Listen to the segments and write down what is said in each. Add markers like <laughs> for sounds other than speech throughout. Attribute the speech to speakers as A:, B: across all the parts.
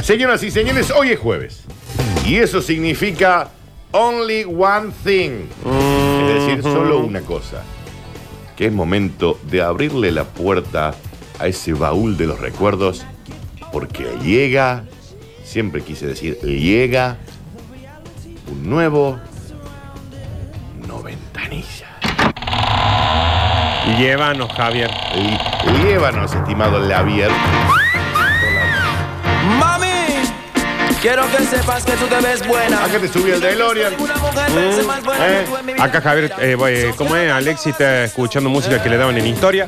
A: Señoras y señores, hoy es jueves. Y eso significa only one thing. Es decir, solo una cosa. Que es momento de abrirle la puerta a ese baúl de los recuerdos. Porque llega, siempre quise decir, llega un nuevo noventanilla.
B: Llévanos, Javier.
A: Y llévanos, estimado Lavier.
C: Mami, quiero que sepas que tú te ves
B: Ah,
C: buena.
A: Acá te subí el DeLorean.
C: Ninguna mujer vence más buena que
B: Eh,
C: tú en mi vida.
B: Acá Javier, eh, voy, eh, ¿cómo es? Alexis está escuchando música que le daban en historia.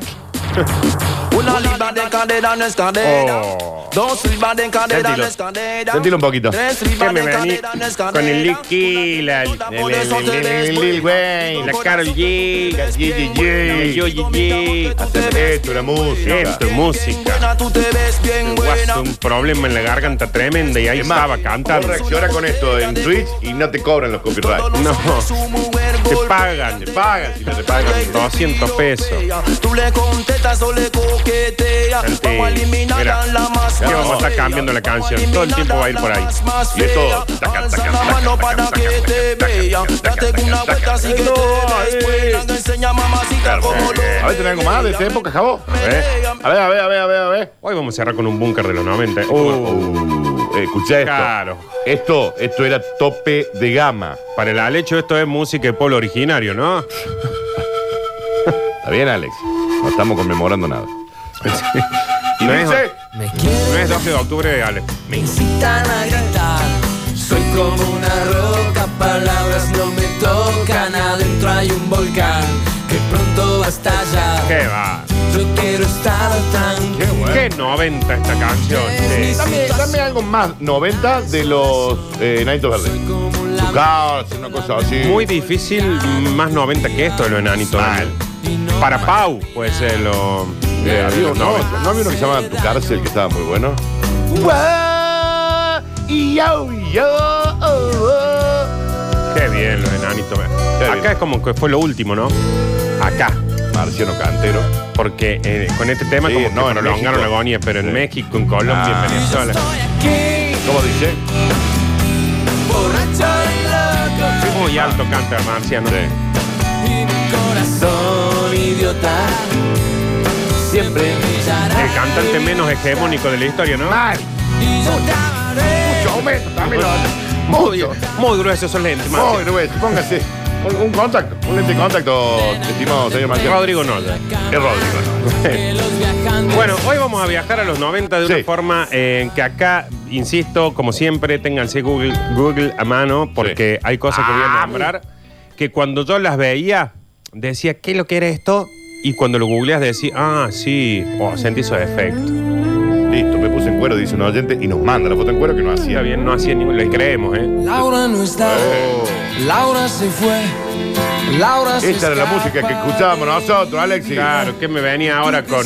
C: Una libra de cadera no es cadera.
B: Oh.
C: Dos libras de cadera no
B: Sentilo.
C: es cadera.
A: Sentilo un poquito.
C: Tres libras
B: Que me
C: de
B: vení
C: cadera no es cadera.
B: con el Licky, la, la, la, la, la, la-
A: Lil Wayne.
B: la Carol G.
A: Ye, ye, ye.
B: Yo, yo, ye.
A: Hacer esto, la música.
B: Esto, eh, música.
C: Buena, tú te ves bien buena.
B: Guaso, un problema en la garganta tremenda y ahí
A: Es más,
B: estaba cantando.
A: vos Reacciona con esto en Twitch y no te cobran los copyrights.
B: No.
C: Su mujer
B: Te
C: golpea.
B: pagan, te pagan.
A: Pagan si no te pagan.
B: 200 pesos.
C: Tú le contestas o le coqueteas.
B: Santi,
C: Vamos a eliminar
B: mira,
C: a la más
B: ya vamos a
C: más
B: estar
C: fea.
B: cambiando la
C: Vamos a
B: canción. Todo el tiempo va a ir por ahí.
C: eliminar la más
A: Y esto,
C: fea.
A: taca, taca,
C: Alza
A: taca,
C: la mano
A: taca,
C: para
A: taca,
C: que
A: taca,
C: te
A: taca,
C: vea.
A: taca,
C: Date
A: taca,
C: una
A: taca,
C: vuelta
A: taca,
C: así que te ves buena. Enseña mamacita
A: Claro,
C: cómo
A: eh, A
C: lo
A: ver, ¿tenés algo más de esa época, Jabo?
B: A ver, Ah.
A: A ver, a ver, a ver, a ver, a ver.
B: hoy vamos a cerrar con un búnker de los 90. eh. Uh,
A: Uh, Oh, eh, escuchá esto.
B: Claro.
A: Esto, esto era tope de gama.
B: para el Alecho esto es música de pueblo originario, ¿no?
A: ¿Está bien, Alex? No estamos conmemorando nada. <laughs> Y
B: No es-
A: dice,
D: Me quiero,
B: No es 12 de octubre de Alex.
D: me incitan a gritar. Soy como una roca, palabras no me tocan. Adentro hay un volcán que pronto va a estallar.
B: ¿Qué va?
D: Yo quiero estar tan.
A: qué bueno.
B: ¿Qué 90 esta canción? che.
A: Dame, dame algo más 90 de los eh, Nanitos Verdes.
D: como la.
A: Tu casa, una cosa así.
B: Muy difícil, más 90 que esto de los enanitos.
A: Mal.
B: Daniel. Para Pau, puede ser lo.
A: Eh,
B: de
A: había
B: los
A: uno,
B: 90.
A: ¿No había uno que se llamaba Tu cárcel que estaba muy bueno? Yo, yo,
B: oh, Qué bien los enanitos.
A: Qué bien.
B: Acá es como que fue lo último, ¿no? Acá.
A: Marciano Cantero.
B: Porque eh, con este tema,
A: Sí,
B: como que
A: no, en
B: prolongaron
A: México.
B: la agonía, pero en
A: Sí.
B: México, en Colombia,
A: Ah.
B: en Venezuela.
A: ¿Cómo dice?
D: Borracho y loco.
B: Muy alto canta Marciano.
D: Y mi corazón idiota. Siempre brillará.
B: El cantante menos hegemónico de la historia, ¿no?
A: Mal.
D: Y yo te amaré.
A: Mucho aumento, dame los-
B: Muy,
A: Mucho.
B: muy grueso esos lentes,
A: Muy
B: Marciano.
A: grueso. Póngase un, un contacto, un lente de contacto, estimado señor Marciano.
B: Rodrigo Noya.
A: Es Rodrigo, ¿no?
D: Que los viajantes.
B: Bueno, hoy vamos a viajar a los 90 de una
A: Sí.
B: forma eh, en que acá, insisto, como siempre, ténganse Google, Google a mano, porque hay cosas que voy a nombrar que cuando yo las veía, decía, ¿qué es lo que era esto? Y cuando lo googleas, decía, ah, sí, oh, sentí esos efectos.
A: Listo, me puse en cuero, dice un oyente, y nos manda la foto en cuero que no hacía
B: Está bien, no hacía ningún. Le creemos, ¿eh?
D: Laura no está.
B: Oh.
D: Laura se fue. Laura se
A: Esta era la música que escuchábamos nosotros, Alexis.
B: Claro, que me venía ahora con,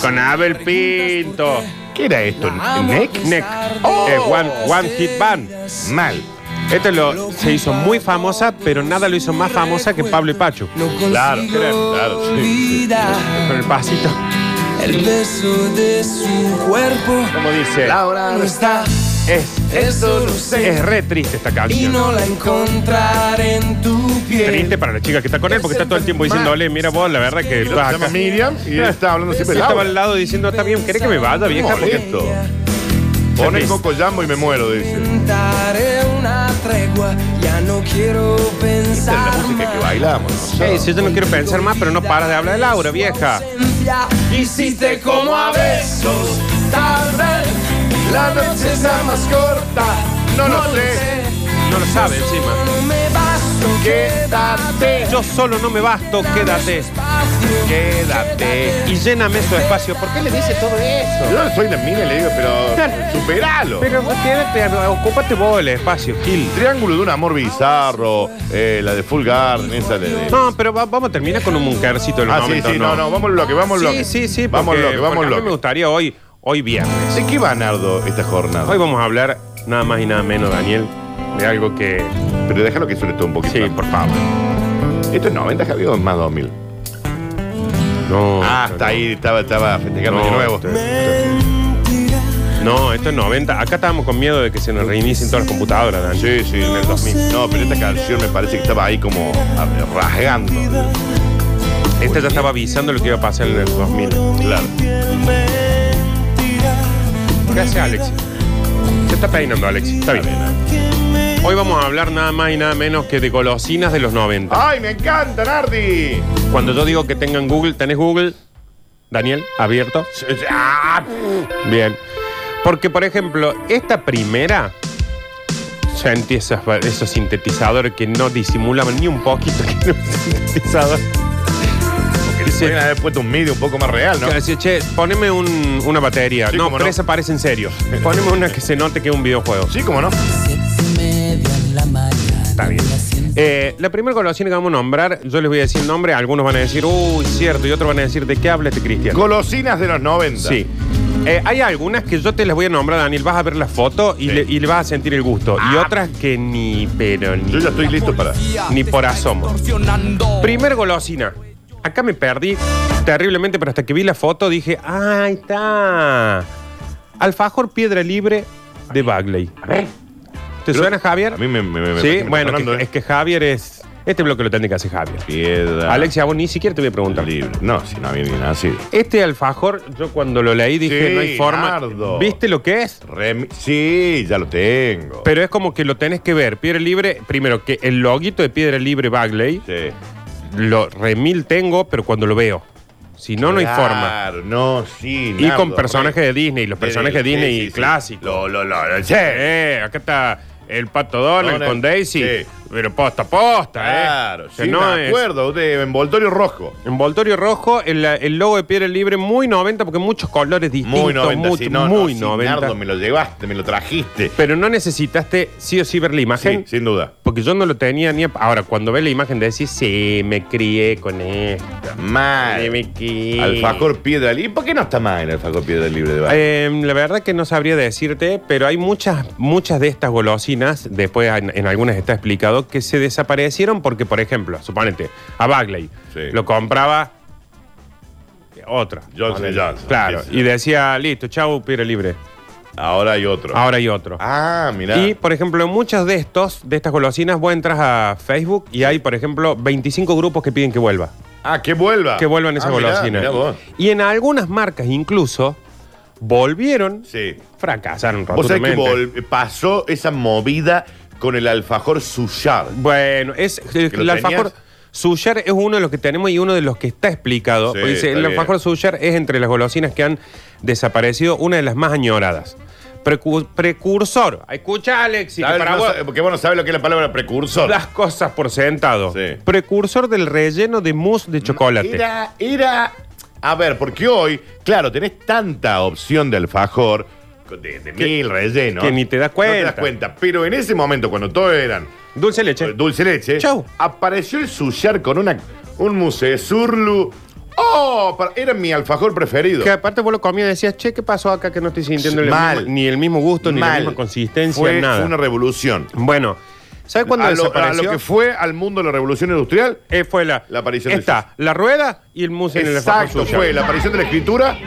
B: con Abel Pinto.
A: ¿Qué era esto? ¿Neck?
B: Neck.
A: Oh.
B: Eh, one, one Hit Band.
A: Mal.
B: Esto lo- se hizo muy famosa, pero nada lo hizo más famosa que Pablo y Pacho.
A: Claro, claro, claro, sí, sí.
B: Con el pasito.
D: El beso de su cuerpo.
B: Como dice,
A: Laura
D: No está.
B: es,
D: Eso lo sé.
B: es re triste esta
D: Y
B: canción.
D: no la encontraré en tu piel.
B: Triste para la chica que está con él, porque está todo el tiempo diciéndole, mira vos, la verdad que
A: Se
B: estás
A: llama
B: acá.
A: Miriam y él estaba hablando siempre
B: Y
A: de
B: estaba
A: Laura.
B: al lado diciendo, está bien, ¿querés que me vaya, vieja? Porque
A: Molesto. Pone el coco jambo y me muero, dice.
D: Daré una tregua, ya no quiero
A: Esta
D: pensar.
A: era la música que bailamos
B: Ey,
A: nosotros.
B: si yo no quiero pensar más, pero no paras de hablar de Laura, vieja.
D: Hiciste como a besos, tal vez la noche sea más corta.
A: No lo sé.
B: No lo sabe encima.
D: No me basto, quédate.
B: Yo solo no me basto, quédate.
A: Quédate.
B: Y lléname su espacio. ¿Por qué le dice todo eso?
A: Yo soy la mina y le digo,
B: <laughs>
A: pero superalo.
B: Pero vos quédate, ocúpate vos el espacio, Gil.
A: Triángulo de un amor bizarro, eh, la de Full Garden, esa le de...
B: No, pero va- vamos a terminar con un munkercito en los
A: Ah, sí,
B: momentos,
A: sí, no, no, vamos al bloque, vamos al
B: Sí,
A: bloque.
B: sí, sí,
A: Vamos al
B: porque-
A: bloque,
B: porque
A: vamos al
B: A mí me
A: bloque.
B: gustaría hoy, hoy viernes.
A: ¿De qué va Nardo esta jornada?
B: Hoy vamos a hablar nada más y nada menos, Daniel, de algo que.
A: Pero déjalo que suene todo un poquito.
B: Sí,
A: más.
B: por favor.
A: ¿Esto es 90, Javier, o es más 2000?
B: No.
A: Ah, está ahí, estaba, estaba festejando
B: No,
A: de nuevo.
B: este- este- No, esto es 90. Acá estábamos con miedo de que se nos reinicien todas las computadoras, Dan.
A: Sí, sí, en el 2000. No, pero esta canción me parece que estaba ahí como a ver, rasgando.
B: Esta Este ya estaba avisando lo que iba a pasar en el 2000.
A: Claro.
B: Gracias, Alexis. Se está peinando, Alexis. Está bien. Hoy vamos a hablar nada más y nada menos que de golosinas de los 90.
A: ¡Ay, me encanta, Nardi!
B: Cuando yo digo que tengan Google, ¿tenés Google? Daniel, abierto.
A: Ah,
B: Bien. Porque, por ejemplo, esta primera, sentí esos, esos sintetizadores que no disimulaban ni un poquito que era un sintetizador.
A: Porque le podrían haber puesto un medio un poco más real, ¿no?
B: Que decía, che, poneme un- una batería.
A: Sí,
B: no,
A: cómo no.
B: tres aparecen serios. Poneme una que se note que es un videojuego.
A: Sí, cómo no.
D: Siete y media en la mañana.
B: Está bien. Eh, la primera golosina que vamos a nombrar, yo les voy a decir el nombre, algunos van a decir, uy, cierto, y otros van a decir, ¿de qué habla este cristiano?
A: Golosinas de los 90.
B: Sí. Eh, hay algunas que yo te las voy a nombrar, Daniel, vas a ver la foto
A: Sí.
B: y,
A: Ah.
B: le, y le vas a sentir el gusto. Y otras que ni, pero
A: Yo
B: ni,
A: ya estoy listo para.
B: ni por asomo. Primer golosina. Acá me perdí terriblemente, pero hasta que vi la foto dije, ah, ahí está. Alfajor Piedra Libre de Bagley. ¿Te suena, Javier?
A: A mí me. me, me- ¿eh?
B: sí,
A: me- me
B: bueno,
A: está
B: que-
A: sonando,
B: es que Javier es... Este bloque lo tendría que hacer Javier.
A: ¿eh? Piedra.
B: Alexia, vos ni siquiera te voy a preguntar.
A: Libre. No, si no había ni nada así.
B: Este alfajor, yo cuando lo leí dije,
A: Sí,
B: no hay forma.
A: Nardo.
B: ¿Viste lo que es?
A: Remi- sí, ya lo tengo.
B: Pero es como que lo tenés que ver. Piedra Libre, primero que el loguito de Piedra Libre Bagley,
A: Sí.
B: lo remil tengo, pero cuando lo veo. Si no, no hay forma.
A: Claro, no, sí.
B: Y
A: Nardo,
B: con personajes
A: re-
B: de Disney, los personajes de
A: sí,
B: Disney
A: sí, sí.
B: clásicos.
A: Lo, lo, lo. lo-
B: Sí, eh, acá está el Pato Donald
A: Donald,
B: con Daisy.
A: sí.
B: Pero posta, posta, eh.
A: Claro,
B: Que
A: sí,
B: no
A: me
B: es-
A: acuerdo, de envoltorio rojo.
B: Envoltorio rojo, el, el logo de Piedra Libre muy 90 porque muchos colores distintos.
A: Muy 90, sí, no,
B: muy
A: no, sí,
B: 90.
A: Nardo, me lo llevaste, me lo trajiste.
B: Pero no necesitaste sí o sí ver la
A: Sí,
B: imagen.
A: sin duda.
B: Porque yo no lo tenía ni... a- Ahora, cuando ves la imagen decís, sí, me crié con esto.
A: Mal.
B: Me crié.
A: Alfajor Piedra Libre. ¿Y por qué no está mal el Alfajor Piedra Libre de Valle?
B: Eh, la verdad que no sabría decirte, pero hay muchas, muchas de estas golosinas, después en, en algunas está explicado, que se desaparecieron porque, por ejemplo, suponete, a Bagley
A: Sí.
B: lo compraba otra.
A: Johnson
B: Ponele.
A: Johnson.
B: Claro,
A: Sí, sí.
B: y decía, listo, chau, piedra libre.
A: Ahora hay otro.
B: Ahora hay otro.
A: Ah, mirá.
B: Y, por ejemplo, muchos de estos, de estas golosinas, vos entras a Facebook y hay, por ejemplo, 25 grupos que piden que vuelva.
A: ah, que vuelva.
B: Que vuelvan esas
A: Ah, mirá,
B: golosinas.
A: mirá vos.
B: Y en algunas marcas incluso volvieron,
A: Sí.
B: fracasaron
A: Vos sabés que
B: rotundamente.
A: vol- pasó esa movida con el alfajor Sushar.
B: Bueno, es el,
A: ¿Que lo
B: el alfajor
A: tenías?
B: Suyar es uno de los que tenemos y uno de los que está explicado.
A: Sí,
B: Porque dice,
A: está
B: el
A: bien.
B: alfajor Suyar es entre las golosinas que han desaparecido una de las más añoradas. Precu- precursor. Escucha, Alexis, que
A: ¿Sabes?
B: para
A: No
B: vos-
A: sa- porque vos no sabés lo que es la palabra
B: <laughs>
A: precursor.
B: las cosas por sentado.
A: Sí.
B: Precursor del relleno de mousse de chocolate.
A: Era, era. A ver, porque hoy, claro, tenés tanta opción de alfajor, de, de mil rellenos.
B: que ni te das
A: No te
B: cuenta.
A: das cuenta. Pero en ese momento, cuando todos eran
B: Dulce de leche.
A: eh, dulce leche,
B: Chau.
A: apareció el suyar con una, un mousse surlu. ¡Oh! pa- Era mi alfajor preferido.
B: que aparte vos lo comías y decías, che, ¿qué pasó acá que no estoy sintiendo el
A: Mal.
B: mismo- ni el mismo gusto, ni la
A: Mal.
B: misma consistencia,
A: Fue
B: nada?
A: una revolución.
B: Bueno, ¿sabes cuándo
A: A lo, a
B: desapareció?
A: lo que fue al mundo de la revolución industrial,
B: Eh, fue la,
A: La aparición del
B: Esta, la rueda y el mousse en el
A: exacto,
B: alfajor
A: fue
B: suyo.
A: la aparición de la escritura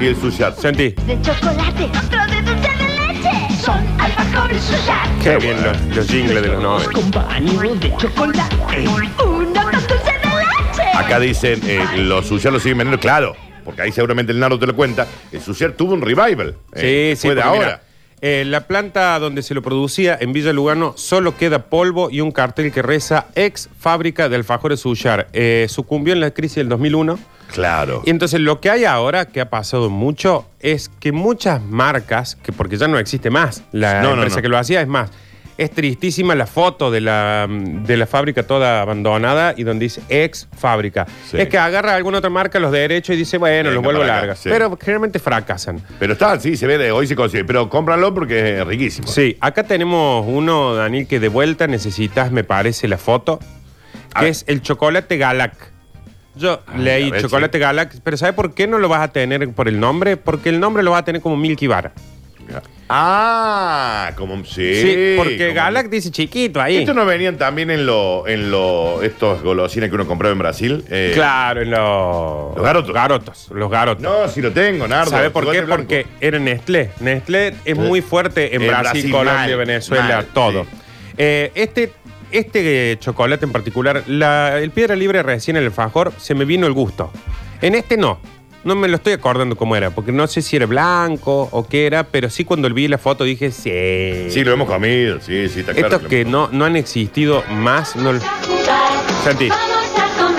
A: y el suyar.
B: Sentí.
E: de chocolate, otro de dulce de leche. Son alfajores Suyar.
B: Qué bien los, los jingles de los 90.
E: Con baño de chocolate. Uno con dulce de leche.
A: Acá dicen, eh, los Suyar lo siguen vendiendo, claro, porque ahí seguramente el Nardo te lo cuenta. El Suyar tuvo un revival. eh,
B: Sí, sí,
A: Fue de
B: porque
A: ahora.
B: mira, eh, la planta donde se lo producía en Villa Lugano solo queda polvo y un cartel que reza ex fábrica de alfajores Suyar. Eh, sucumbió en la crisis del 2001.
A: Claro.
B: Y entonces lo que hay ahora, que ha pasado mucho, es que muchas marcas, que porque ya no existe más la
A: No, no,
B: empresa
A: no.
B: que lo hacía, es más, es tristísima la foto de la, mm, de la fábrica toda abandonada y donde dice ex fábrica.
A: Sí.
B: Es que agarra alguna otra marca los derechos y dice, bueno,
A: Venga
B: los vuelvo
A: para acá,
B: largas.
A: sí.
B: Pero generalmente fracasan.
A: Pero está, sí, se ve de hoy se consigue. Pero cómpralo porque es riquísimo.
B: Sí, acá tenemos uno, Daniel, que de vuelta necesitas, me parece, la foto,
A: A
B: que
A: ver.
B: es el chocolate Galac. Yo leí
A: a ver,
B: chocolate Galac, pero ¿sabe por qué no lo vas a tener por el nombre? Porque el nombre lo vas a tener como Milky Bar.
A: Ah, como sí.
B: Sí, porque
A: como-
B: Galact dice chiquito ahí.
A: Estos no venían también en lo, en lo, estos golosinas que uno compraba en Brasil. Eh,
B: Claro, en los...
A: Los garotos.
B: garotos. Los garotos.
A: No, si lo tengo, Nardo.
B: ¿Sabes por
A: Chocolate
B: qué?
A: ¿eh? blanco.
B: Porque era Nestlé. Nestlé es muy fuerte en
A: En
B: Brasil,
A: Brasil,
B: Colombia,
A: mal,
B: Venezuela,
A: mal,
B: todo.
A: sí.
B: Eh, este, este eh, chocolate en particular, la- el piedra libre recién en el fajor, se me vino el gusto. En este no. No me lo estoy acordando cómo era, porque no sé si era blanco o qué era, pero sí cuando vi la foto dije, sí.
A: Sí, lo hemos comido, sí, sí, está claro.
B: Estos
A: lo
B: que
A: hemos
B: no, no han existido más, no, Santi,
E: Santi,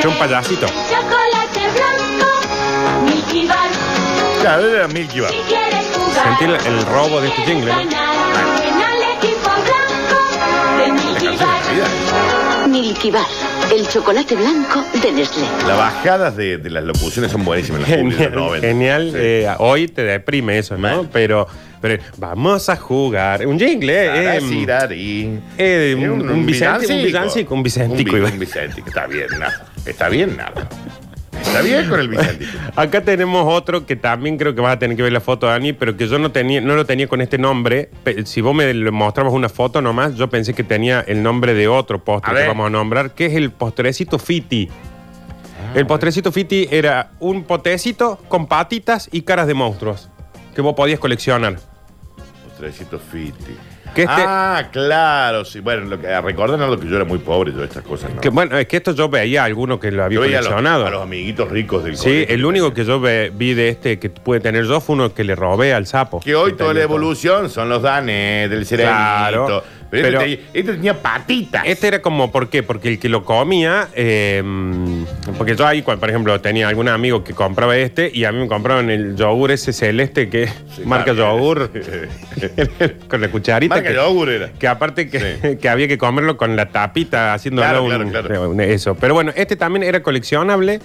B: yo un payasito.
E: Chocolate blanco, Milky Bar,
A: comido. Claro, era Milky Bar.
E: si quieres jugar.
B: Sentí el- el robo de este
E: ¿Quieres
B: jingle, ¿no?
E: ganar? Ven al equipo blanco de Milky
A: La canción de
E: Bar.
A: Navidad.
F: Milky Bar, el chocolate blanco de Nestlé.
A: Las bajadas de, de las locuciones son buenísimas. en las publicidades de los
B: Genial,
A: 90.
B: genial.
A: Sí.
B: Eh, hoy te deprime eso, ¿no?
A: Mal.
B: Pero, pero vamos a jugar. Un jingle, eh, eh.
A: Tarasirari.
B: eh,
A: Eh,
B: un- un Vicente- un Villancico, un Vicentico,
A: Un, vi-
B: iba.
A: un Vicentico, está bien, nada. Está bien, nada. Está bien con el
B: <laughs>
A: Vicentico.
B: Acá tenemos otro que también creo que vas a tener que ver la foto, Dani, pero que yo no tenía, no lo tenía con este nombre. Pe- Si vos me lo mostrabas una foto nomás, yo pensé que tenía el nombre de otro postre
A: A
B: que
A: ver.
B: vamos a nombrar, que es el postrecito Fiti. el
A: Ah,
B: postrecito Fiti era un potecito con patitas y caras de monstruos que vos podías coleccionar.
A: Postrecito Fiti.
B: Que este-
A: Ah, claro, sí. Bueno, lo que, recordando lo que yo era muy pobre, yo estas cosas no.
B: Que, bueno, es que esto yo veía alguno que lo había
A: yo veía a los,
B: coleccionado.
A: a los amiguitos ricos del
B: Sí,
A: colegio.
B: el único que yo ve- vi de este que puede tener yo fue uno que le robé al sapo.
A: Que hoy toda la
B: tenía
A: evolución son los danes, del cerebro.
B: Claro,
A: Pero,
B: pero-
A: este, te- este tenía patitas.
B: todo. Este era como, ¿por qué? Porque el que lo comía, eh, porque yo ahí, cuando, por ejemplo, tenía algún amigo que compraba este y a mí me compraban el yogur ese celeste que
A: Sí,
B: <laughs> marca
A: claro.
B: yogur con la
A: <laughs>
B: cucharita.
A: Marca
B: que-
A: yogur era.
B: Que aparte que,
A: Sí.
B: <laughs> que había que comerlo con la tapita, haciendo
A: Claro,
B: un- eh,
A: claro, claro.
B: un- eso. Pero bueno, este también era coleccionable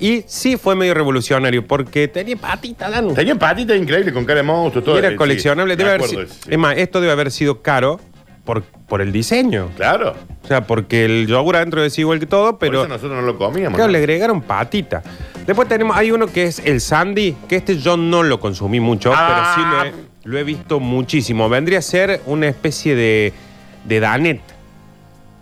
B: y sí fue medio revolucionario porque tenía patita, Danu.
A: Tenía patitas increíbles con cara de monstruo, todo.
B: Y era
A: Sí,
B: coleccionable.
A: me
B: Debe haber
A: acuerdo
B: si-
A: de ese, sí.
B: Es más, esto debe haber sido caro por, por el diseño.
A: Claro.
B: O sea, porque el yogur adentro es igual que todo,
A: Pero
B: pero
A: nosotros no lo comíamos.
B: claro,
A: ¿no?
B: le agregaron patita. Después tenemos, hay uno que es el Sandy, que este yo no lo consumí mucho,
A: Ah.
B: pero sí lo he, lo he visto muchísimo. Vendría a ser una especie de, de Danet.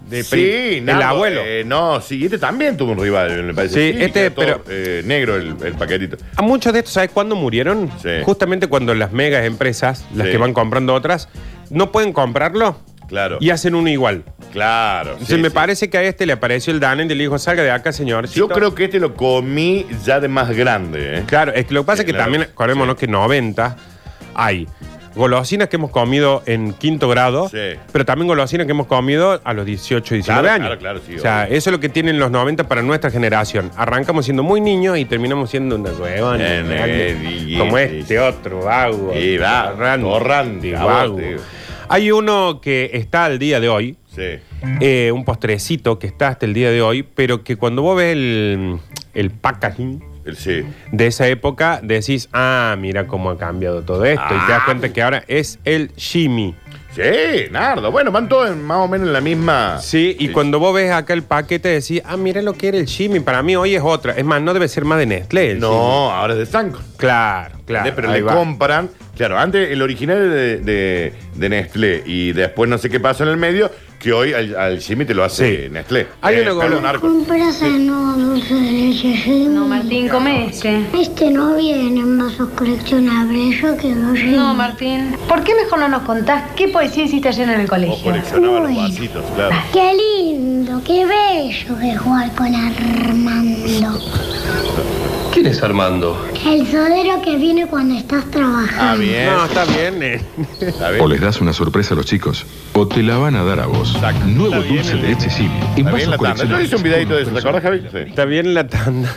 B: De
A: sí,
B: pri-
A: Nardo,
B: el abuelo.
A: eh, no, sí, este también tuvo un rival, me parece.
B: Sí,
A: que
B: este,
A: era todo,
B: pero-
A: eh, negro el, el paquetito.
B: A muchos de estos, ¿sabes cuándo murieron?
A: Sí.
B: Justamente cuando las megas empresas, las
A: Sí.
B: que van comprando otras, no pueden comprarlo
A: Claro.
B: y hacen uno igual.
A: Claro.
B: Entonces
A: sí,
B: me
A: sí.
B: parece que a este le apareció el Danen y le dijo, salga de acá, señor.
A: Yo creo que este lo comí ya de más grande, ¿eh?
B: Claro, es que lo que pasa es que
A: Claro,
B: también, acordémonos que 90 hay golosinas que hemos comido en quinto grado,
A: Sí.
B: pero también golosinas que hemos comido a los 18, 19
A: Claro,
B: años.
A: claro, claro, sí,
B: o sea,
A: obvio.
B: eso es lo que tienen los 90 para nuestra generación. Arrancamos siendo muy niños y terminamos siendo una huevona.
A: Eh,
B: grande,
A: eh, eh,
B: como
A: eh,
B: este
A: eh,
B: otro, vago.
A: Sí, va,
B: randy,
A: todo randy,
B: vago.
A: cabrón,
B: Hay uno que está al día de hoy,
A: Sí.
B: eh, un postrecito que está hasta el día de hoy, pero que cuando vos ves el, el packaging
A: El sí.
B: de esa época, decís, ah, mira cómo ha cambiado todo esto. Y te
A: Ah.
B: das cuenta que ahora es el shimmy.
A: Sí, Nardo. Bueno, van todos en- más o menos en la misma.
B: Sí, y cuando vos ves acá el paquete, decís, ah, mira lo que era el shimmy. Para mí hoy es otra. Es más, no debe ser más de Nestlé. el Jimmy.
A: No, ahora es de Sanco.
B: Claro, claro.
A: pero
B: ahí
A: le
B: va.
A: compran. Claro, antes el original era de, de, de Nestlé y después no sé qué pasó en el medio, que hoy al, al Jimmy te lo hace
B: Sí.
A: Nestlé.
B: Hay
A: Eh,
B: una
A: perdón,
B: golo-
A: Narco.
G: Compras el nuevo dulce de leche.
H: No, Martín, come este.
G: Este no viene en vasos coleccionables, yo quiero
H: No, Martín. ¿Por qué mejor no nos contás qué poesía hiciste ayer en el
A: Vos
H: colegio?
A: coleccionabas los vasitos, claro.
G: Qué lindo, qué bello que es jugar con Armando.
I: ¿Quién es Armando?
G: El sodero que viene cuando estás
A: Ah,
G: trabajando.
A: bien.
B: No, está bien. eh.
A: Está
J: O
A: bien.
J: les das una sorpresa a los chicos, o te la van a dar a vos.
A: Exacto.
J: Nuevo
A: Está bien,
J: dulce
A: el-
J: leche Simi.
A: Está bien la tanda. Yo hice un videito de eso, ¿te acordás, Javi? Sí.
B: Está bien la tanda.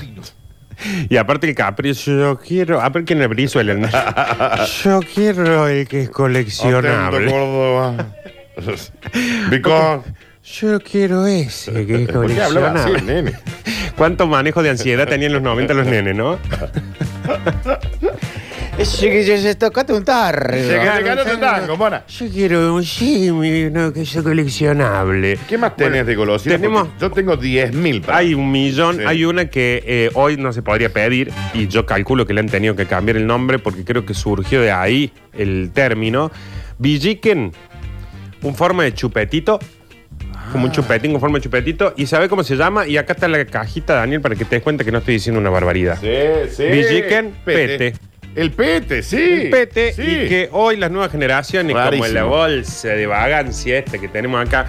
B: Y aparte el capricho, yo quiero. A ver quién le Brizuela. ¿no?
A: <laughs>
B: Yo quiero el que es
A: Atento,
B: coleccionable. <laughs>
A: Córdoba. Bicón.
B: Yo
A: <laughs>
B: quiero ese que es
A: ¿Por qué hablaba así,
B: coleccionable.
A: nene?
B: <laughs> ¿Cuánto manejo de ansiedad tenían los 90 los nenes, no?
K: Sí, que se tocate un tarro.
A: Se que te ganaste un tango, mona.
B: Yo quiero un Jimmy, uno que sea coleccionable.
A: ¿Qué más tenés de golosinas?
B: Tenemos,
A: Porque Yo tengo 10.000 para.
B: hay un millón,
A: Sí.
B: hay una que eh, hoy no se podría pedir y yo calculo que le han tenido que cambiar el nombre porque creo que surgió de ahí el término. Villiquen, un forma de chupetito, como
A: Ah.
B: un chupetín con forma de chupetito, y sabe cómo se llama, y acá está la cajita, Daniel, para que te des cuenta que no estoy diciendo una barbaridad.
A: Sí, sí.
B: Villiquen, pete.
A: El pete, sí.
B: El pete
A: sí.
B: y que hoy las nuevas generaciones,
A: Rarísimo.
B: como la bolsa de vagancia esta que tenemos acá,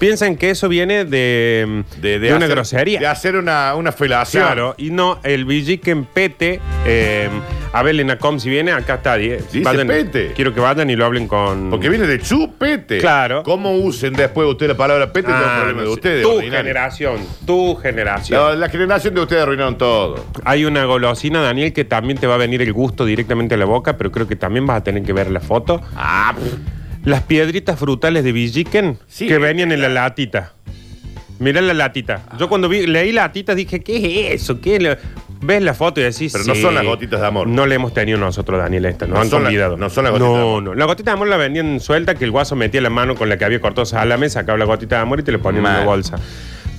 B: piensan que eso viene de,
A: De, de
B: de una
A: hacer-
B: grosería.
A: De hacer una, una felación.
B: Claro, y no, el Villiquen Pete, eh, a Belén Acom, si viene, acá está. die-
A: Dice pete.
B: Quiero que vayan y lo hablen con...
A: Porque viene de chupete.
B: Claro.
A: ¿Cómo usen después ustedes la palabra pete?
B: Ah,
A: es un problema de
B: no sé,
A: ustedes.
B: Tu
A: ordinario.
B: generación, tu generación.
A: La, la generación de ustedes arruinaron todo.
B: Hay una golosina, Daniel, que también te va a venir el gusto directamente a la boca, pero creo que también vas a tener que ver la foto.
A: Ah,
B: Las piedritas frutales de Villiquen
A: Sí.
B: que venían en la latita. Mirá la latita. Yo cuando vi, leí latita dije, ¿qué es eso? ¿Qué es la-?" Ves la foto y decís.
A: Pero no son las gotitas de amor.
B: No la hemos tenido nosotros, Daniel, esta. Nos
A: No
B: han
A: son la-
B: convidado.
A: no son las gotitas
B: No,
A: de amor.
B: no. La gotita de amor la vendían suelta, que el guaso metía la mano con la que había cortado salame, sacaba la gotita de amor y te la ponían en
A: Mal.
B: una bolsa.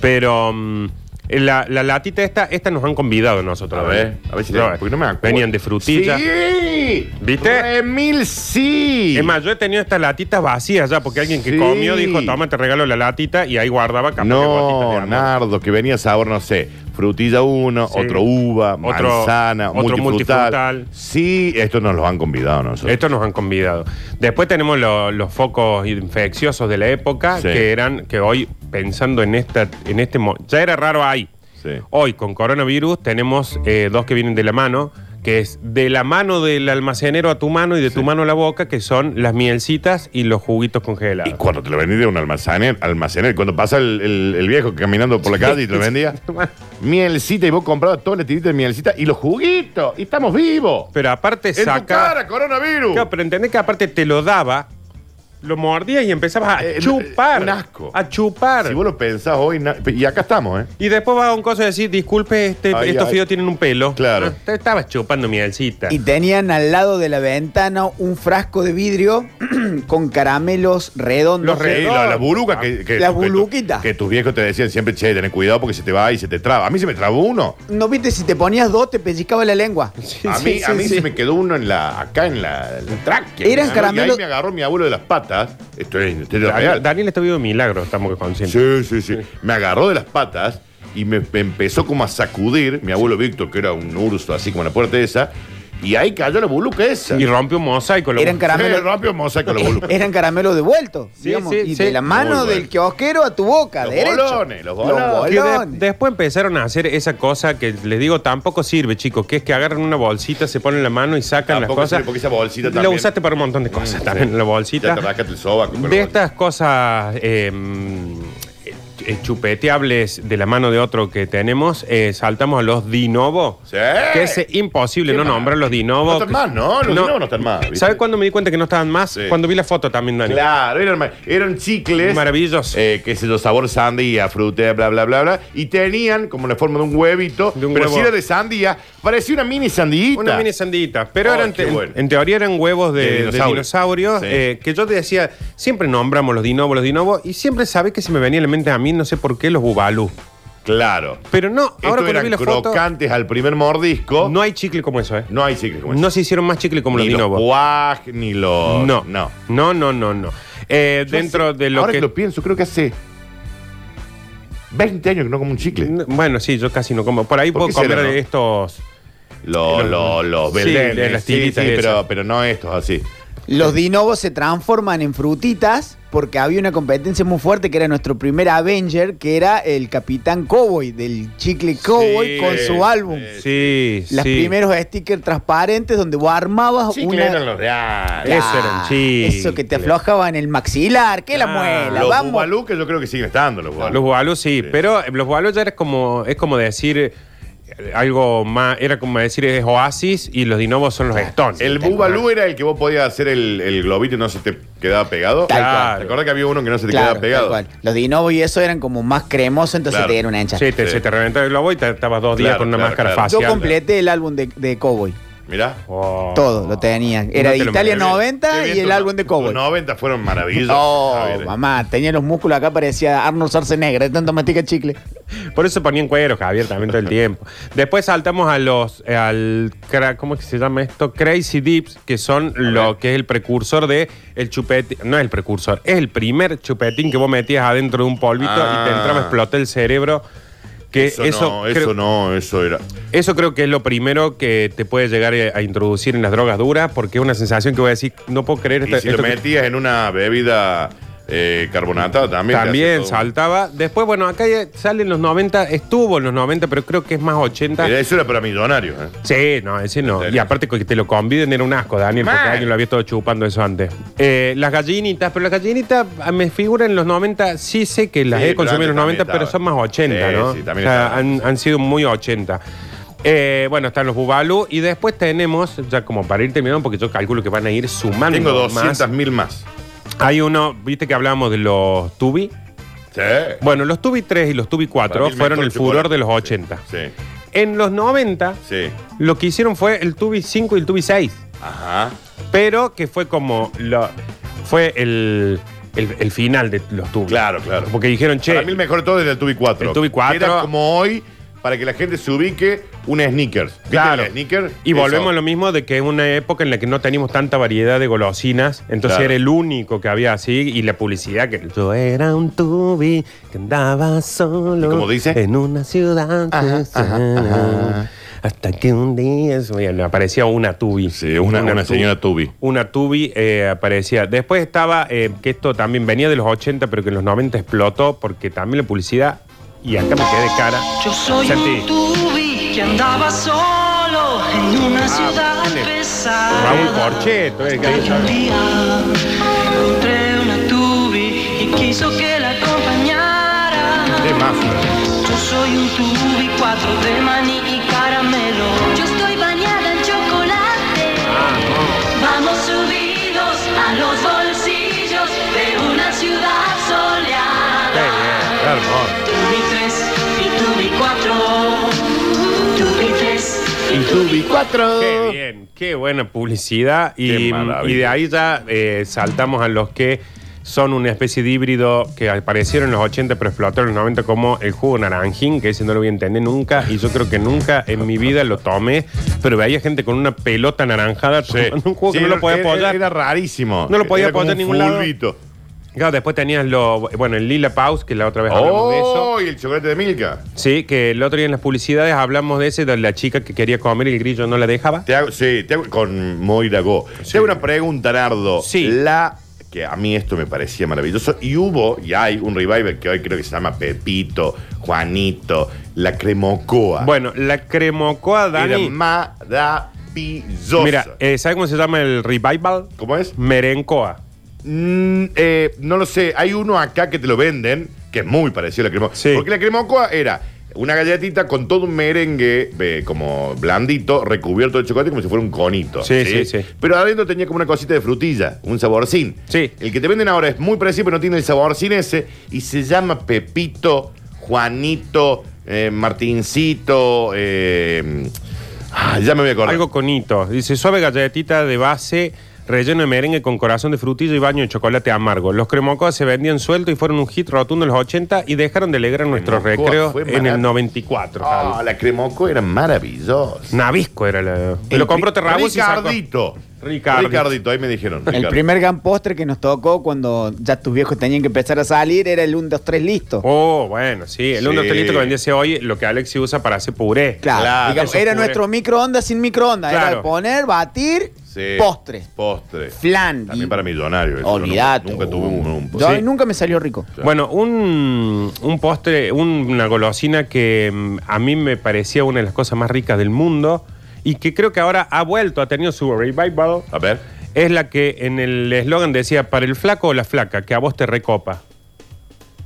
B: Pero. mm, la, la latita esta, esta nos han convidado nosotros.
A: a
B: Daniel.
A: ver, a ver si
B: No,
A: porque no me acuerdo.
B: Venían de frutilla.
A: Sí.
B: ¿Viste?
A: Remil sí.
B: Es más, yo he tenido estas latitas vacías ya, porque alguien que
A: Sí.
B: comió dijo, toma, te regalo la latita, y ahí guardaba capaz que gotitas de
A: No,
B: amor.
A: Nardo, que venía sabor, no sé, frutilla uno,
B: Sí.
A: otro uva,
B: Otro-
A: manzana,
B: otro
A: multifrutal.
B: multifrutal.
A: Sí, estos nos los han convidado nosotros.
B: Estos nos han convidado. Después tenemos lo- los focos infecciosos de la época,
A: Sí.
B: que eran, que hoy, pensando en esta, en este mo- ya era raro ahí.
A: Sí.
B: Hoy, con coronavirus, tenemos eh, dos que vienen de la mano, que es de la mano del almacenero a tu mano y de tu mano a la boca, que son las mielcitas y los juguitos
A: Y
B: congelados.
A: cuando te lo vendía un almacener, almacener, cuando pasa el, el- el viejo caminando por la calle y te lo
B: <laughs>
A: vendía, mielcita, y vos comprabas toda la tirita de mielcita y los juguitos, y estamos vivos.
B: Pero aparte
A: en tu
B: saca...
A: cara, coronavirus.
B: Claro, pero entendés que aparte te lo daba, lo mordías y empezabas a
A: Eh,
B: chupar.
A: un asco.
B: A chupar.
A: si vos lo pensás hoy, na- y acá estamos, ¿eh?
B: Y después va a un coso y decir, disculpe, este,
A: Ay,
B: estos
A: ay.
B: fideos tienen un pelo.
A: Claro.
B: Ah, te estabas chupando mielcita.
K: Y tenían al lado de la ventana un frasco de vidrio <clears throat> con caramelos
B: Los
K: redondos.
B: re-
A: Sí, la, la buruca que, que-
K: La
A: que tu-
K: buluquita.
A: Que, tus viejos te decían siempre, che, ten cuidado porque se te va y se te traba. A mí se me trabó uno.
K: ¿No viste si te ponías dos, te pellizcaba la lengua?
A: a mí, a mí se me quedó uno en la, acá en la, en la tráquea.
K: Eran
A: ¿no? Y
K: caramelos-
A: ahí me agarró mi abuelo de las patas. Esto es, esto es
B: Daniel,
A: real.
B: Daniel está vivo de milagro, estamos conscientes.
A: Sí, sí, sí. Me agarró de las patas y me, me empezó como a sacudir. Mi abuelo Víctor, que era un urso así como la puerta esa. Y ahí cayó la buluca esa.
B: Y rompe un mosaico. lo-
K: Eran
A: Sí,
K: caramelos.
A: rápido mosaico la
B: <laughs>
A: buluca.
K: Eran caramelos devueltos,
B: Sí,
K: digamos,
B: sí,
K: y
B: sí.
K: de la mano
A: Muy bueno.
K: del kiosquero a tu boca,
A: Los
K: derecho.
A: bolones, los bolones.
B: Que de-
K: bolones.
B: después empezaron a hacer esa cosa que les digo tampoco sirve, chicos, que es que agarran una bolsita, se ponen la mano y sacan
A: Tampoco
B: las cosas.
A: sirve, porque esa bolsita
B: La
A: también-
B: usaste para un montón de cosas
A: Mm,
B: también,
A: sí.
B: la
A: Ya
B: bolsita.
A: te rascaste el sobaco con la
B: De
A: bolsita.
B: estas cosas eh, eh, chupeteables de la mano de otro que tenemos, eh, saltamos a los Dinovo.
A: Sí.
B: Que es eh, imposible
A: Qué
B: no
A: mal.
B: nombrar los
A: No
B: Dinovo.
A: están más, ¿no? Los Dinovo no están más, ¿viste?
B: ¿Sabes cuándo me di cuenta que no estaban más?
A: Sí.
B: Cuando vi la foto también, Dani.
A: Claro, eran, ma- eran chicles.
B: Maravilloso.
A: Eh, qué sé yo, sabor sandía, fruta, bla, bla, bla, bla. Y tenían como la forma de un huevito,
B: De un
A: pero
B: huevo.
A: si era de sandía, parecía una mini sandillita.
B: Una mini sandita. Pero
A: Ay,
B: eran
A: qué
B: te-
A: bueno.
B: en teoría eran huevos de,
A: De
B: de
A: dinosaurio.
B: dinosaurios.
A: Sí.
B: eh, que yo te decía, siempre nombramos los dinovos, los dinovos. Y siempre sabés que se me venía a la mente a mí, no sé por qué, los bubalú.
A: Claro.
B: Pero no, ahora
A: Estos
B: cuando
A: eran
B: vi la foto,
A: crocantes al primer mordisco.
B: no hay chicle como eso, ¿eh?
A: No hay chicles como
B: No
A: eso.
B: se hicieron más chicle como los
A: ni los
B: dinovos.
A: guaj, ni los...
B: No.
A: No.
B: No, no, no, no. Eh,
A: Yo
B: dentro
A: hace-
B: de lo
A: Ahora
B: que.
A: que lo pienso, creo que hace 20 años que no como un chicle.
B: N- Bueno, sí, yo casi no como. Por ahí
A: ¿Por
B: puedo
A: qué será,
B: comer
A: no?
B: estos.
A: Los,
B: Los-
A: los, los
B: sí,
A: belenes.
B: de las
A: eh, Sí,
B: tiritas
A: sí,
B: esas.
A: pero, pero no estos así.
K: Los dinovos se transforman en frutitas porque había una competencia muy fuerte que era nuestro primer Avenger, que era el Capitán Cowboy, del chicle Cowboy
A: Sí, eh,
K: con
A: sí,
K: su álbum.
B: Sí,
K: Los
B: sí.
K: primeros stickers transparentes donde vos armabas
A: Chicle
K: una... Ah,
A: eran los de antes.
B: Eso era un chicle.
K: Eso que te aflojaba en el maxilar, que la
B: Ah,
K: muela,
A: los
K: vamos.
A: bubalú, que yo creo que siguen estando los bubalú.
B: Los bubalos sí, pero eh, los bubalos ya era como, es como decir eh, algo más, era como decir es Oasis y los dinovos son los Stones.
A: el bubalú era el que vos podías hacer el, el globito y no se te quedaba pegado.
K: Tal
B: cual.
A: ¿Te acordás que había uno que no se te
K: Claro,
A: quedaba pegado?
K: tal cual. Los dinovos y eso eran como más cremosos, entonces
A: Claro.
K: te dieron una hincha.
B: Sí, te, se te reventaba el globo y te estabas dos días
A: Claro,
B: con una
A: claro,
B: máscara
A: claro.
K: Yo
B: facial.
K: completé el álbum de, de Cowboy.
A: Mirá.
K: Todo lo tenía. Era
A: No te
K: de
A: lo
K: Italia
A: imaginé. Qué
K: 90
A: bien
K: y el
A: tus-
K: álbum de Cowboy.
A: Tus 90 fueron maravillosos.
K: <laughs> Oh,
A: Javier.
K: mamá, tenía los músculos acá, parecía Arnold Schwarzenegger, de tanto mastica chicle.
B: Por eso ponían cuero, Javier,
A: <laughs>
B: también todo el tiempo. Después saltamos a los. eh, al, cra- ¿Cómo es que se llama esto? Crazy Dips, que son lo que es el precursor de el chupetín. No es el precursor, es el primer chupetín que vos metías adentro de un polvito
A: Ah.
B: y te entraba, explotó el cerebro. Que eso,
A: Eso, no, eso
B: creo,
A: no, eso era.
B: eso creo que es lo primero que te puede llegar eh, a introducir en las drogas duras, porque es una sensación que voy a decir, no puedo creer
A: Y
B: esta-
A: si lo
B: esto que-
A: metías en una bebida eh, carbonatada también. te hace
B: También
A: todo un-
B: saltaba. Después, bueno, acá ya sale en los 90, estuvo en los 90, pero creo que es más 80.
A: Mira, Eso era para millonarios. ¿eh?
B: Sí, no, ese no.
A: serio?
B: Y aparte que te lo conviden era un asco, Daniel, porque
A: Man.
B: alguien lo había estado chupando eso antes. Eh, las gallinitas, pero las gallinitas ah, me figuran en los 90, sí sé que las
A: Sí,
B: he consumido en los
A: pero
B: 90,
A: antes
B: pero son más 80,
A: Sí,
B: ¿no?
A: sí, también
B: O sea,
A: estaba.
B: han, han sido muy 80. Eh, bueno, están los Bubalu y después tenemos, ya como para ir terminando, porque yo calculo que van a ir sumando
A: Tengo
B: más.
A: 200 mil más.
B: Hay uno, viste que hablábamos de los Tubi.
A: Sí.
B: Bueno, los Tubi 3 y los Tubi
A: Para
B: 4
A: mí
B: fueron
A: mejor
B: el
A: chocolate.
B: furor de los 80.
A: Sí,
B: En los 90,
A: sí.
B: lo que hicieron fue el Tubi 5 y el Tubi 6.
A: Ajá.
B: pero que fue como lo, fue el, el, el final de los tubos.
A: Claro, claro.
B: Porque dijeron, che,
A: Para mí el mejor de todo es el Tubi 4.
B: El Tubi 4.
A: Era como hoy, para que la gente se ubique, un sneakers. ¿Viste
B: Claro.
A: el sneaker?
B: y volvemos a lo mismo de que es una época en la que no teníamos tanta variedad de golosinas, entonces
A: Claro.
B: era el único que había así y la publicidad que yo era un tubi que andaba solo
A: ¿Y cómo dice?
B: en una ciudad hasta que un día bueno, aparecía una tubi.
A: Sí, una- una señora tubi.
B: Una tubi eh, aparecía. Después estaba, eh, que esto también venía de los 80, pero que en los 90 explotó, porque también la publicidad, y acá me quedé de cara.
D: Yo soy
B: Sentí.
D: un tubi que andaba solo en
B: Ah,
D: una ciudad
B: ¿quién es?
D: pesada.
B: Raúl Corcheto, eh, que-
D: Un día encontré una tubi y quiso que la acompañara.
A: De más.
D: Yo soy un tubi, cuatro de maní y caramelo.
E: Yo estoy bañada en chocolate.
B: Ah,
D: Vamos subidos a los bolsillos de una ciudad soleada. Tubi 3 y Tubi 4. Tubi 3 y Tubi 4.
B: Qué bien, qué buena publicidad. Y,
A: Oh. Qué maravilla.
B: y de ahí ya eh, saltamos a los que son una especie de híbrido que aparecieron en los 80 pero explotaron en los 90 como el jugo naranjín, que ese no lo voy a entender nunca y yo creo que nunca en mi vida lo tomé, pero veía gente con una pelota naranjada tomando un jugo
A: Sí,
B: que no
A: era-
B: lo podía
A: era-
B: apoyar.
A: Era rarísimo.
B: No lo podía
A: Era como
B: apoyar en
A: un
B: ningún lado.
A: fulbito.
B: Claro, después tenías lo, bueno, el Lila Paus, que la otra vez hablamos de eso.
A: Oh, y el chocolate de Milka.
B: Sí, que el otro día en las publicidades hablamos de ese, de la chica que quería comer y el grillo no la dejaba.
A: Te hago, sí, te hago- con Moira Go. Te hago una pregunta, Nardo.
B: Sí.
A: La que a mí esto me parecía maravilloso. Y hubo, y hay un revival que hoy creo que se llama Pepito, Juanito, la Cremocoa.
B: Bueno, la cremocoa,
A: Era
B: Dani.
A: maravillosa.
B: Mira, eh, ¿sabes cómo se llama el revival?
A: ¿Cómo es?
B: Merencoa.
A: Mm, eh, no lo sé. Hay uno acá que te lo venden, que es muy parecido a la cremocoa.
B: Sí.
A: Porque la cremocoa era una galletita con todo un merengue eh, como blandito, recubierto de chocolate, como si fuera un conito.
B: Sí, sí, sí.
A: Pero adentro tenía como una cosita de frutilla, un saborcín.
B: Sí.
A: El que te venden ahora es muy parecido, pero no tiene el saborcín ese. Y se llama Pepito, Juanito, eh, Martincito. eh, ah, ya me voy a acordar.
B: Algo conito. Dice, suave galletita de base, relleno de merengue con corazón de frutilla y baño de chocolate amargo. Los cremocoas se vendían sueltos y fueron un hit rotundo en los 80 y dejaron de alegrar nuestros
A: Cremocoa
B: recreos
A: fue
B: en
A: marav-
B: el 94.
A: Ah,
B: Javi.
A: la cremocoa era maravillosa.
B: Navisco era la...
A: El
B: Lo compró
A: pri-
B: Terrabos y sacó.
A: Ricardito.
B: Ricardito.
A: Ricardito, ahí me dijeron.
K: El
A: Ricardo.
K: primer gran postre que nos tocó cuando ya tus viejos tenían que empezar a salir era el 1, 2, 3 listo.
B: Oh, bueno, sí. El
A: Sí.
B: un hotelito que vendiese hoy, lo que Alexi usa para hacer puré.
K: Claro,
A: Claro,
K: digamos,
B: eso
K: era
B: puré.
K: nuestro microondas sin microondas. Era
B: Claro.
K: de poner, batir,
A: Sí.
K: postre,
A: Postre.
K: flan.
A: También
K: y-
A: para millonarios. eso,
K: Olvidate.
A: Nunca, nunca tuve un, un
K: Yo
A: postre.
K: a mí nunca me salió rico.
B: Bueno, un, un postre, un- una golosina que mm, a mí me parecía una de las cosas más ricas del mundo y que creo que ahora ha vuelto, ha tenido su revival,
A: A ver.
B: es la que en el eslogan decía, para el flaco o la flaca, que a vos te recopa.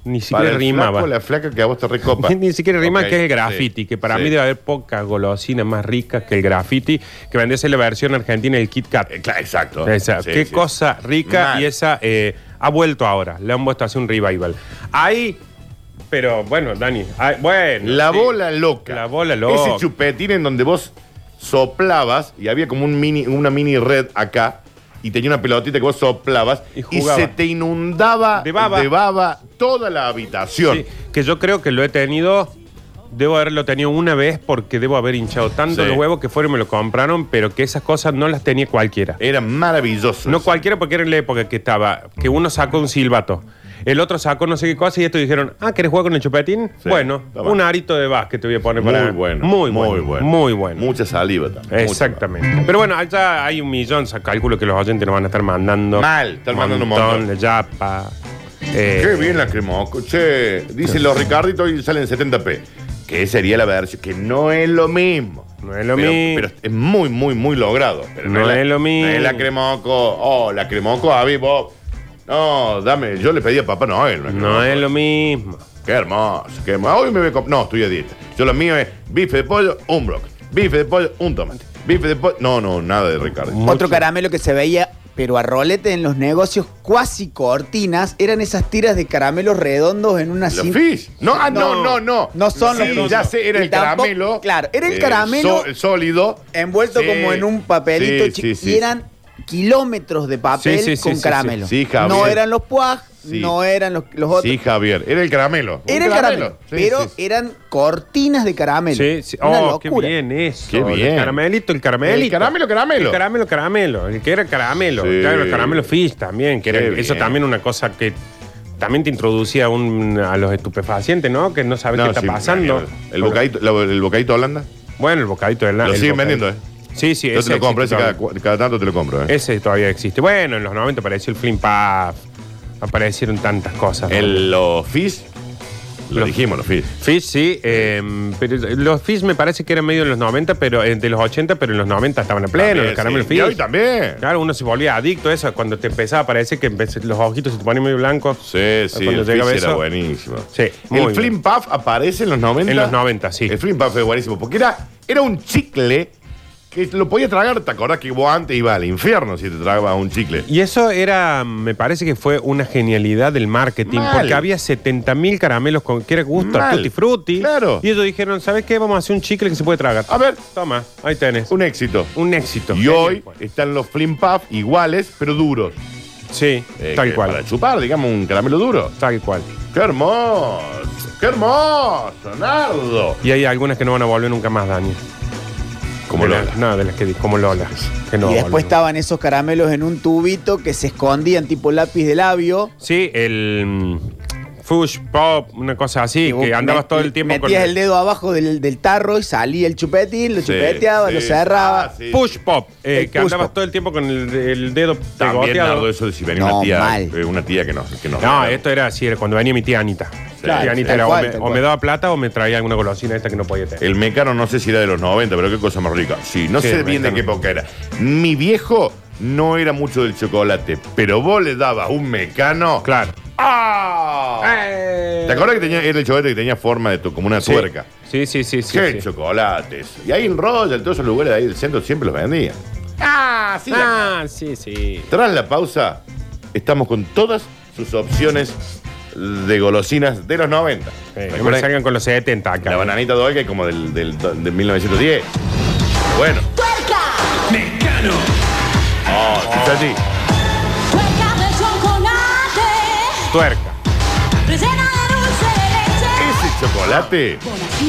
B: Ni siquiera
A: Para el
B: rimaba.
A: flaco, la flaca que a vos te recopa.
B: <laughs> Ni siquiera rima
A: rimaba
B: que es el graffiti, que para mí debe haber pocas golosinas más ricas que el graffiti, que vendiese la versión argentina del Kit Kat.
A: Eh, exacto.
B: Esa,
A: Sí,
B: qué
A: sí.
B: cosa rica
A: Mal.
B: y esa eh, ha vuelto ahora. Le han puesto a hacer un revival. Ahí, pero bueno, Dani. ahí- bueno.
A: La
B: sí.
A: bola loca.
B: La bola loca.
A: Ese chupetín en donde vos soplabas y había como un mini, una mini red acá y tenía una pelotita que vos soplabas
B: Y
A: y,
B: jugaba.
A: se te inundaba
B: De baba.
A: baba toda la habitación.
B: Sí, que yo creo que lo he tenido. Debo haberlo tenido una vez porque debo haber hinchado tanto
A: Sí.
B: los huevos que fueron y me lo compraron, pero que esas cosas no las tenía cualquiera.
A: Era maravilloso.
B: No
A: eso.
B: cualquiera porque era en la época que estaba, que uno sacó un silbato, el otro sacó no sé qué cosa y estos dijeron, ah, ¿querés jugar con el chupetín?
A: Sí,
B: bueno,
A: está
B: un
A: bien.
B: arito de básquet te voy a poner
A: muy
B: para...
A: bueno.
B: Muy bueno. Muy bueno.
A: Mucha saliva también. mucha
B: Exactamente. Pero bueno, allá hay un millón, sa- calculo que los oyentes nos van a estar mandando.
A: Mal, están mandando un montón.
B: de yapa. eh,
A: Qué bien la cremoco. Che, dicen los Ricarditos y salen 70p. Que sería la versión, que no es lo mismo.
B: No es lo
A: Pero-
B: mismo.
A: Pero es muy, muy, muy logrado. Pero
B: No
A: la-
B: es lo mismo.
A: No es la cremoco. Oh, la cremoco, Avi, vos. No, dame. Yo le pedí a Papá Noel. una
B: No
A: cremoco.
B: es lo mismo.
A: Qué hermoso, qué hermoso. Hoy me voy a comp- No, estoy a dieta. Yo lo mío es bife de pollo, un brócoli. Bife de pollo, un tomate. Bife de pollo. No, no, nada de Ricardo.
K: Otro caramelo que se veía, pero a rolete en los negocios, cuasi cortinas, eran esas tiras de caramelos redondos en una
A: La
K: cin-
A: fish. No, ah, no,
B: No.
A: no, no.
K: No son
A: Sí,
K: los fish.
A: ya sé, era
K: Y
A: el
K: tampoco-
A: caramelo.
K: claro, era el
A: eh,
K: caramelo.
A: so- el sólido.
K: Envuelto
A: Sí,
K: como en un papelito
A: sí,
K: chico,
A: sí, sí.
K: y eran kilómetros de papel
B: Sí, sí, sí,
K: con
B: sí,
K: caramelo.
A: sí. Sí, Javier.
K: no eran los puaj,
A: Sí.
K: no eran los, los otros.
A: Sí, Javier. Era el caramelo.
K: Era
A: Un
K: el caramelo,
A: Sí,
K: pero
A: sí, sí.
K: eran cortinas de caramelo.
B: Sí, sí.
K: Una
B: Oh, qué
K: locura.
B: bien eso.
A: Qué bien.
B: El caramelito, el caramelito.
A: El caramelo, caramelo.
B: El caramelo, caramelo. El que era caramelo.
A: Sí.
B: Claro, el caramelo fish también. Que era-
A: Qué bien.
B: eso también una cosa que también te introducía a, un- a los estupefacientes, ¿no? Que no sabes
A: No,
B: qué está
A: sí,
B: pasando.
A: El, bocadito, la- el bocadito Holanda.
B: Bueno, el bocadito del
A: Lo
B: el
A: siguen
B: bocadito.
A: vendiendo, ¿eh?
B: Sí, sí.
A: Yo te lo compro, ese
B: existe
A: cada,
B: todavía.
A: cu- cada tanto te lo compro. eh.
B: Ese todavía existe. Bueno, en los 90 apareció el Flim Puff. Aparecieron tantas cosas. ¿no?
A: El, los fish. Lo
B: Los-
A: dijimos, los fish.
B: Fish, sí. eh, pero los Fish me parece que eran medio de los 90, pero eh, de los 80, pero en los 90 estaban a pleno,
A: También,
B: los caramelos
A: sí.
B: Fish.
A: Y hoy también.
B: Claro, uno se volvía adicto a eso. Cuando te empezaba a parecer que empecé- los ojitos se te ponían medio blancos.
A: Sí, sí,
B: Cuando
A: el
B: llegaba
A: Fizz era
B: eso.
A: buenísimo.
B: Sí, muy
A: el Flim
B: bien.
A: Puff aparece en los 90.
B: En los 90, sí.
A: El Flim Puff es buenísimo, porque era, era un chicle que lo podías tragar. ¿Te acordás que vos antes ibas al infierno si te tragabas un chicle?
B: Y eso era, me parece que fue una genialidad del marketing,
A: Mal.
B: porque había 70.000 caramelos con que era gusto a
A: Mal.
B: tutti frutti.
A: Claro.
B: Y ellos dijeron, ¿sabes qué? Vamos a hacer un chicle que se puede tragar.
A: A ver.
B: Toma, ahí tenés.
A: Un
B: Un,
A: éxito.
B: éxito.
A: Y
B: Genial,
A: hoy
B: pues.
A: están los Flim Puff iguales, pero duros.
B: Sí,
A: Eh,
B: tal
A: que
B: cual.
A: Para chupar, digamos, un caramelo duro.
B: Tal cual.
A: ¡Qué hermoso! ¡Qué hermoso, Nardo!
B: Y hay algunas que no van a volver nunca más, Dani.
A: Como
B: De
A: lo.
B: las- No, de las que di- como Lola. Que no
K: y después
B: vuelven.
K: estaban esos caramelos en un tubito que se escondían tipo lápiz de labio.
B: Sí, el mm, Fush Pop, una cosa así,
K: vos
B: que andabas
K: met-
B: todo el tiempo
K: Metías el dedo abajo del, del tarro y salía el chupetín, lo
A: Sí,
K: chupeteaba,
A: sí.
K: lo cerraba.
A: Ah, sí.
B: Push Pop, eh,
K: El
B: que
K: push
B: andabas
K: pop.
B: todo el tiempo con el, el dedo
A: También,
B: pegoteado.
A: Nardo, eso de si venía
K: No,
A: una tía.
K: mal.
A: eh, Una tía que nos. Que nos
B: No, esto era así, era cuando venía mi tía Anita.
A: Claro,
B: tía Anita
K: tal
B: era
K: cual,
B: o, me,
K: tal
B: o
K: cual.
B: me daba plata o me traía alguna golosina esta que no podía tener.
A: El mecano no sé si era de los 90, pero qué cosa más rica. Sí, no
B: Sí,
A: sé
B: el
A: bien de
B: Mecano.
A: qué época era. Mi viejo no era mucho del chocolate, pero vos le dabas un mecano.
B: Claro. Eh.
A: ¡Ah! ¿Te acuerdas que tenía, era el chocolate que tenía forma de tu, como una
B: Sí.
A: tuerca?
B: Sí, sí, sí, sí.
A: ¡Qué
B: sí.
A: chocolates! Y ahí en Royal, todos esos lugares de ahí del centro siempre los vendían. ¡Ah! Sí, la-
B: Ah, sí, sí.
A: Tras la pausa, estamos con todas sus opciones de golosinas de los 90.
B: Eh, no me
A: ¿Recuerdan?
B: salgan con los 70 acá.
A: La bananita de hoy que es como del, del, de 1910. Bueno. ¡Tuerca! ¡Mecano! Oh, sí, sí.
B: Tuerca.
A: Ese chocolate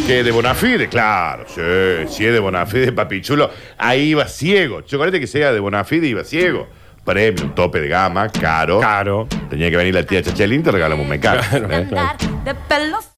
A: que es de Bonafide, claro. Sí, sí es de Bonafide, papichulo. Ahí iba ciego. Chocolate que sea de Bonafide iba ciego. Premium, tope de gama, caro.
B: Caro.
A: Tenía que venir la tía Chachelín, te regalamos un mecano. ¿eh?
B: Claro.
L: de pelos.